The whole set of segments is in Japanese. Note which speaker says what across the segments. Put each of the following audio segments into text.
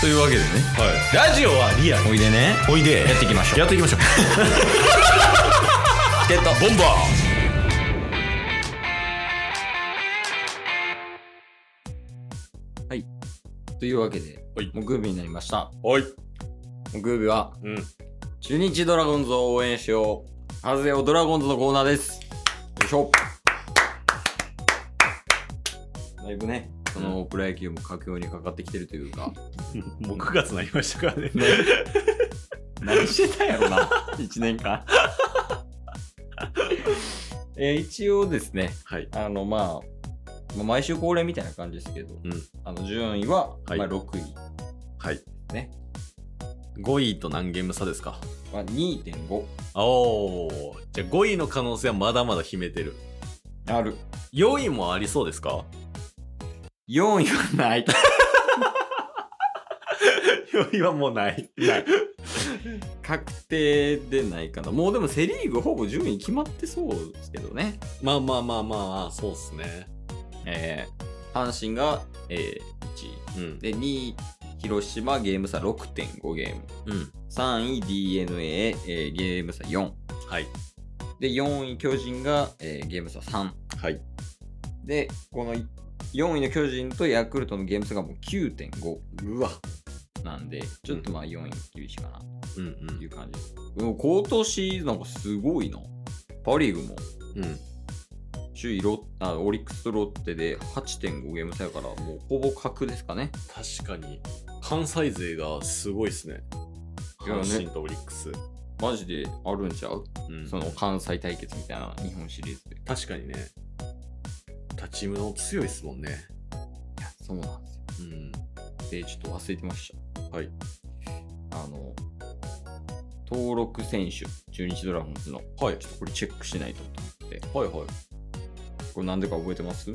Speaker 1: というわけでね
Speaker 2: ラジオはリアル
Speaker 1: おいでね
Speaker 2: おいで
Speaker 1: やっていきましょう
Speaker 2: やっていきましょう
Speaker 1: チケットボンバーはいというわけで
Speaker 2: はい
Speaker 1: 木曜日になりました
Speaker 2: はい
Speaker 1: 木曜日は
Speaker 2: うん
Speaker 1: 中日ドラゴンズを応援しようハズレオドラゴンズのコーナーですよいしょだいぶねそのプロ野球も佳境にかかってきてるという か
Speaker 2: もう9月になりましたからね
Speaker 1: ね何してたんやろな 1年 間えー一応ですね
Speaker 2: はい
Speaker 1: あのまあ、まあ毎週恒例みたいな感じですけど、
Speaker 2: うん
Speaker 1: あの順位は、
Speaker 2: はい
Speaker 1: まあ、6位、
Speaker 2: はい
Speaker 1: ね
Speaker 2: 5位と何ゲーム差ですか
Speaker 1: まあ、2.5
Speaker 2: おおじゃあ5位の可能性はまだまだ秘めてる
Speaker 1: ある
Speaker 2: 4位もありそうですか
Speaker 1: 4位はない
Speaker 2: 4位はもうないない
Speaker 1: 確定でないかなもうでもセ・リーグほぼ順位決まってそうですけどね
Speaker 2: まあまあまあまあまあそうっすね
Speaker 1: えー阪神が、え
Speaker 2: うん
Speaker 1: 1位で2位広島ゲーム差6.5ゲーム
Speaker 2: うん
Speaker 1: 3位 d n a、えーゲーム差4
Speaker 2: はい
Speaker 1: で4位巨人が、えーゲーム差3
Speaker 2: はい
Speaker 1: で、このい4位の巨人とヤクルトのゲーム差がもう9.5
Speaker 2: うわ
Speaker 1: なんで、ちょっとまあ4位厳しいかなっ
Speaker 2: うん
Speaker 1: ていう感じです。でも今年なんかすごいな。パ・リーグも
Speaker 2: うんうん
Speaker 1: 首位ロッあオリックスとロッテで8.5ゲーム差やから、もうほぼ格ですかね。
Speaker 2: 確かに関西勢がすごいっすね
Speaker 1: いやね
Speaker 2: 阪神とオリックス、
Speaker 1: マジであるんちゃう
Speaker 2: うん
Speaker 1: その関西対決みたいな日本シリーズで。い
Speaker 2: 確かにね他チームの方強いっすもんね
Speaker 1: や、そうなんですよ。
Speaker 2: うん
Speaker 1: で、ちょっと忘れてました。
Speaker 2: はい。
Speaker 1: あの、登録選手、中日ドラゴンズの、
Speaker 2: はい
Speaker 1: ちょっとこれチェックしないとと思って。
Speaker 2: はいはい
Speaker 1: これなんでか覚えてます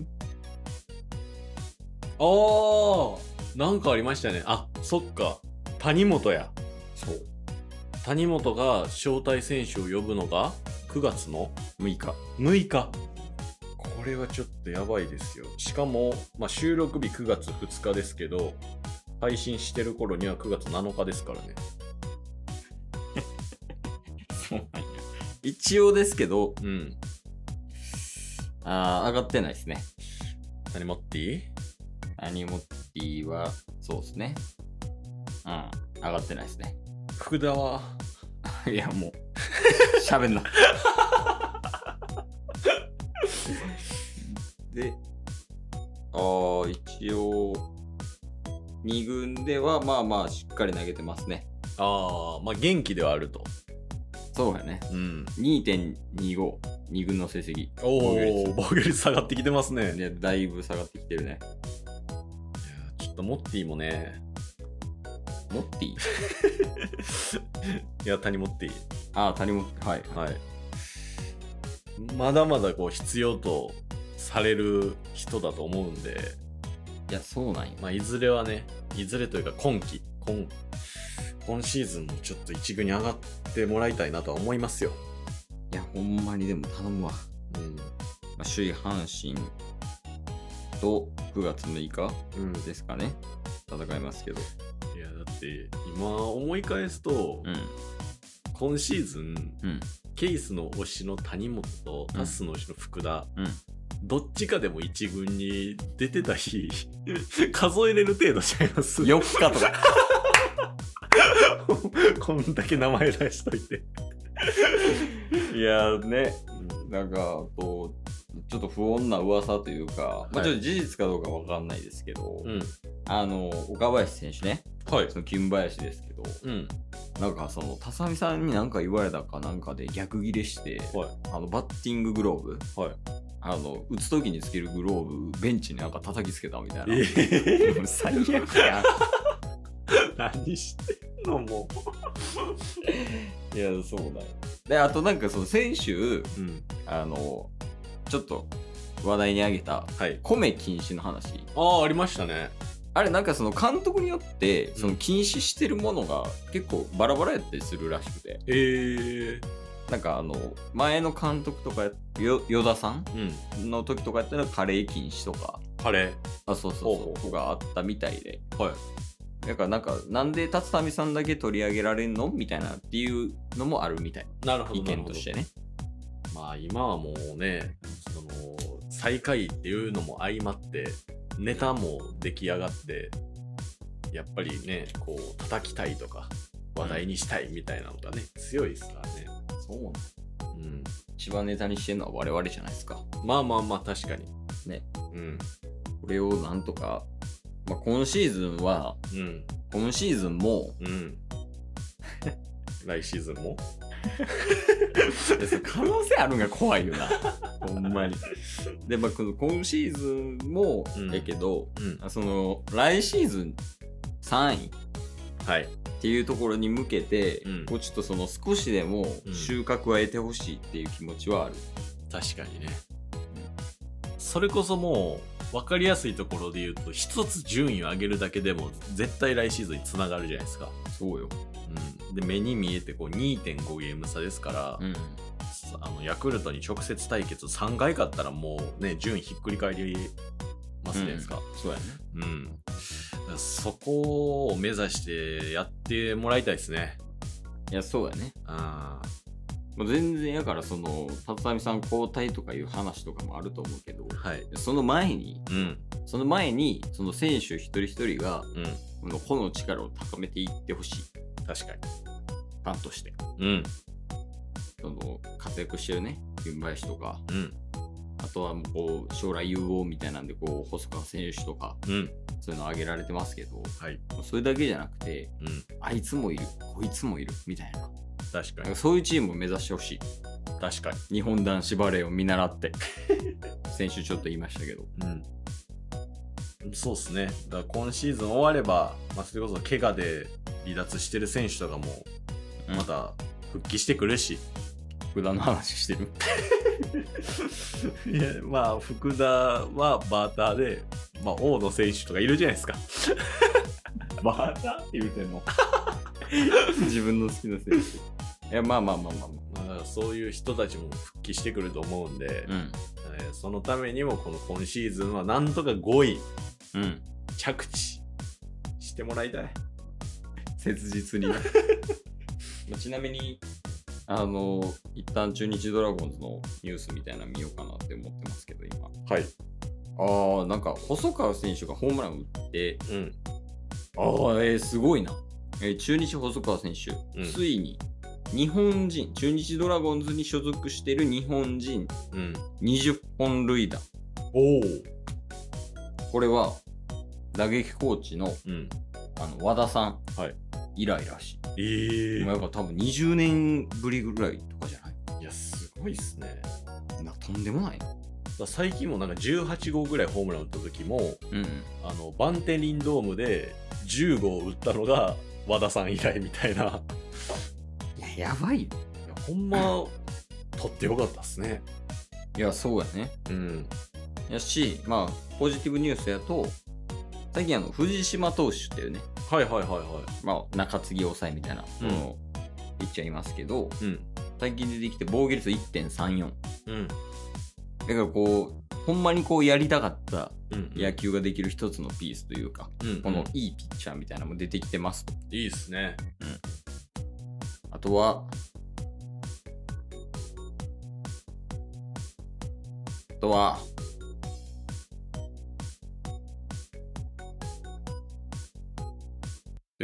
Speaker 2: ああなんかありましたねあそっか谷本や
Speaker 1: そう。
Speaker 2: 谷本が招待選手を呼ぶのが9月の
Speaker 1: 6日。
Speaker 2: 6日これはちょっとやばいですよしかも、まあ、収録日9月2日ですけど配信してる頃には9月7日ですからね
Speaker 1: そうなんや。一応ですけど、
Speaker 2: うん
Speaker 1: あー上がってないですね。
Speaker 2: 谷本っていい
Speaker 1: アニモッティは、そうですね。うん、上がってないですね。
Speaker 2: 福田はい
Speaker 1: や、もう、喋んな。 で、あー一応、2軍では、まあまあ、しっかり投げてますね。
Speaker 2: ああまあ元気ではあると
Speaker 1: そうやね。
Speaker 2: うん
Speaker 1: 2.25、2軍の成績。
Speaker 2: お
Speaker 1: 防御率
Speaker 2: お防御率下がってきてますねいや
Speaker 1: でだいぶ下がってきてるね。
Speaker 2: ちょっとモッティもね
Speaker 1: モッティ
Speaker 2: いや谷モッティ
Speaker 1: ああ、谷本、はい。
Speaker 2: はい、まだまだこう必要とされる人だと思うんで、
Speaker 1: いや、そうなんよ。
Speaker 2: まあ、いずれはねいずれというか今季今今シーズンもちょっと一軍に上がってもらいたいなとは思いますよ、
Speaker 1: いや、ほんまにでも頼むわ。
Speaker 2: うん
Speaker 1: まあ、首位阪神と9月6日
Speaker 2: うん、
Speaker 1: ですかね。戦いますけど。
Speaker 2: いやだって今思い返すと、
Speaker 1: うん。
Speaker 2: 今シーズン
Speaker 1: うん。
Speaker 2: ケイスの推しの谷本とタスの推しの福田、
Speaker 1: うん。
Speaker 2: どっちかでも一軍に出てた日 数えれる程度ちゃいます
Speaker 1: 4日とか。
Speaker 2: こんだけ名前出しといて。
Speaker 1: いや、ね。なんか、あと、ちょっと不穏な噂というか、まあ、
Speaker 2: はい
Speaker 1: ちょっと事実かどうかわかんないですけど、
Speaker 2: うん。
Speaker 1: あの、岡林選手ね、
Speaker 2: はい
Speaker 1: その金林ですけど、
Speaker 2: うん。
Speaker 1: なんかその、田サさんに何か言われたかなんかで逆ギレして、
Speaker 2: はい。
Speaker 1: あのバッティンググローブ、
Speaker 2: はい
Speaker 1: あの打つ時につけるグローブベンチになんか叩きつけたみたいな、
Speaker 2: え
Speaker 1: もう 最悪や
Speaker 2: 何してんのも
Speaker 1: んいやそうだよであとなんかその先週
Speaker 2: う。うん。
Speaker 1: あのちょっと話題に挙げた
Speaker 2: はい。
Speaker 1: 米禁止の話
Speaker 2: ああ、ありましたね。
Speaker 1: あれなんかその監督によって
Speaker 2: ん
Speaker 1: その禁止してるものが結構バラバラやったりするらしくて
Speaker 2: ええ
Speaker 1: なんかあの前の監督とかよ与田さん
Speaker 2: うん。
Speaker 1: の時とかやったらカレー禁止とか
Speaker 2: カレ
Speaker 1: あそうそう
Speaker 2: ほう
Speaker 1: そうがあったみたいで、
Speaker 2: はい
Speaker 1: だからなんか、なんで立浪さんだけ取り上げられんのみたいなっていうのもあるみたい。
Speaker 2: なるほ
Speaker 1: 意
Speaker 2: どなる
Speaker 1: 見
Speaker 2: ほ
Speaker 1: と
Speaker 2: ど
Speaker 1: してね。
Speaker 2: まあ今はもうねその最下位っていうのも相まってネタも出来上がってやっぱりねこう叩きたいとか話題にしたいみたいなのがね強いですからね、
Speaker 1: そうなん
Speaker 2: うん、
Speaker 1: 一番ネタにしてるのは我々じゃないですか。
Speaker 2: まあまあまあ確かに
Speaker 1: ね
Speaker 2: うん
Speaker 1: これをなんとか、まあ、今シーズンは、
Speaker 2: うん
Speaker 1: 今シーズンも、
Speaker 2: うん来シーズンも
Speaker 1: 可能性あるんが怖いよな。ほんまに。で、まあ、この今シーズンも
Speaker 2: うん、
Speaker 1: やけど、
Speaker 2: うん
Speaker 1: あその、来シーズン3位っ
Speaker 2: はい
Speaker 1: ていうところに向けて、
Speaker 2: うん
Speaker 1: こうちょっとその少しでも
Speaker 2: うん
Speaker 1: 収穫は得てほしいっていう気持ちはある。
Speaker 2: 確かにねそれこそもう分かりやすいところで言うと一つ順位を上げるだけでも絶対来シーズンにつながるじゃないですか、
Speaker 1: そうよ。
Speaker 2: うん、で目に見えてこう2.5ゲーム差ですから、
Speaker 1: うん。
Speaker 2: さあのヤクルトに直接対決3回勝ったらもうね順位ひっくり返りますじゃないですか、
Speaker 1: そうやね。
Speaker 2: うん、そこを目指してやってもらいたいですね。
Speaker 1: いや、そうやね。
Speaker 2: あ
Speaker 1: もう全然やから、その、辰巳さん交代とかいう話とかもあると思うけど、
Speaker 2: はい。
Speaker 1: その前に、
Speaker 2: うん。
Speaker 1: その前に、その選手一人一人が、
Speaker 2: うん。
Speaker 1: この個の力を高めていってほしい。
Speaker 2: 確か
Speaker 1: 担として。
Speaker 2: に。うん。
Speaker 1: その、活躍してるね、林林とか、
Speaker 2: うん。
Speaker 1: あとはもうこう、将来有望みたいなんで、こう、細川選手とか、
Speaker 2: うん。
Speaker 1: そういうの挙げられてますけど、
Speaker 2: はい。
Speaker 1: それだけじゃなくて、
Speaker 2: うん。
Speaker 1: あいつもいる、こいつもいる、みたいな。
Speaker 2: 確
Speaker 1: な
Speaker 2: か
Speaker 1: んか。
Speaker 2: に
Speaker 1: そういうチームを目指してほしい。
Speaker 2: 確かに。
Speaker 1: 日本男子バレーを見習 って。先週ちょっと言いましたけど。
Speaker 2: うん。そうですね。だから今シーズン終われば、まあ、それこそ怪我で離脱してる選手とかも、
Speaker 1: うん
Speaker 2: また復帰してくるし。
Speaker 1: 無駄な話してる。
Speaker 2: いや、まあ、福田はバーターで、まあ、大野選手とかいるじゃない ですか。バーターって言うてんの。
Speaker 1: 自分の好きな選手。いや、まあまあまあまあま
Speaker 2: まあ、だからそういう人たちも復帰してくると思うんで、
Speaker 1: あ。
Speaker 2: えーそのためにも、この今シーズンはなんとか5位、
Speaker 1: うん。うん。
Speaker 2: 着地してもらいたい。
Speaker 1: 切実 に。まあちなみに、あの、一旦中日ドラゴンズのニュースみたいなの見ようかなって思ってますけど、今。
Speaker 2: はい。
Speaker 1: ああ、なんか、細川選手がホームラン打って、
Speaker 2: うん。
Speaker 1: ああ、えーすごいな。えー中日細川選手、
Speaker 2: うん
Speaker 1: ついに、日本人、中日ドラゴンズに所属している日本人、
Speaker 2: うん。
Speaker 1: 20本塁打。
Speaker 2: おお。
Speaker 1: これは、打撃コーチの
Speaker 2: うん。
Speaker 1: あの和田さん、
Speaker 2: はい
Speaker 1: 以来らし
Speaker 2: ええ
Speaker 1: い。今やから多分20年ぶりぐらいとかじゃない
Speaker 2: いや、すごいっすね。だか
Speaker 1: なとんでもない。
Speaker 2: ら最近もなんか18号ぐらいホームラン打った時も、
Speaker 1: うん。
Speaker 2: あの、バンテリンドームで10号打ったのが和田さん以来みたいな。
Speaker 1: いや、やばいよ。
Speaker 2: いやほんま、取ってよかったっすね。
Speaker 1: いや、そうやね。
Speaker 2: うん。
Speaker 1: やし、まあ、ポジティブニュースやと、最近あの、藤島投手っていうね、
Speaker 2: はいはいはいは
Speaker 1: まあ、中継ぎ抑えみたいな、
Speaker 2: うん
Speaker 1: その、ピッチャーいますけど、
Speaker 2: い。うん。
Speaker 1: 最近出てきて防御率1.34。
Speaker 2: うん。
Speaker 1: だからこう、ほんまにこうやりたかった
Speaker 2: うん
Speaker 1: 野球ができる一つのピースというか、
Speaker 2: うん、
Speaker 1: このいいピッチャーみたいなのも出てきてますと。
Speaker 2: いいっすね。
Speaker 1: あとは、あとは、と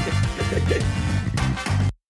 Speaker 3: す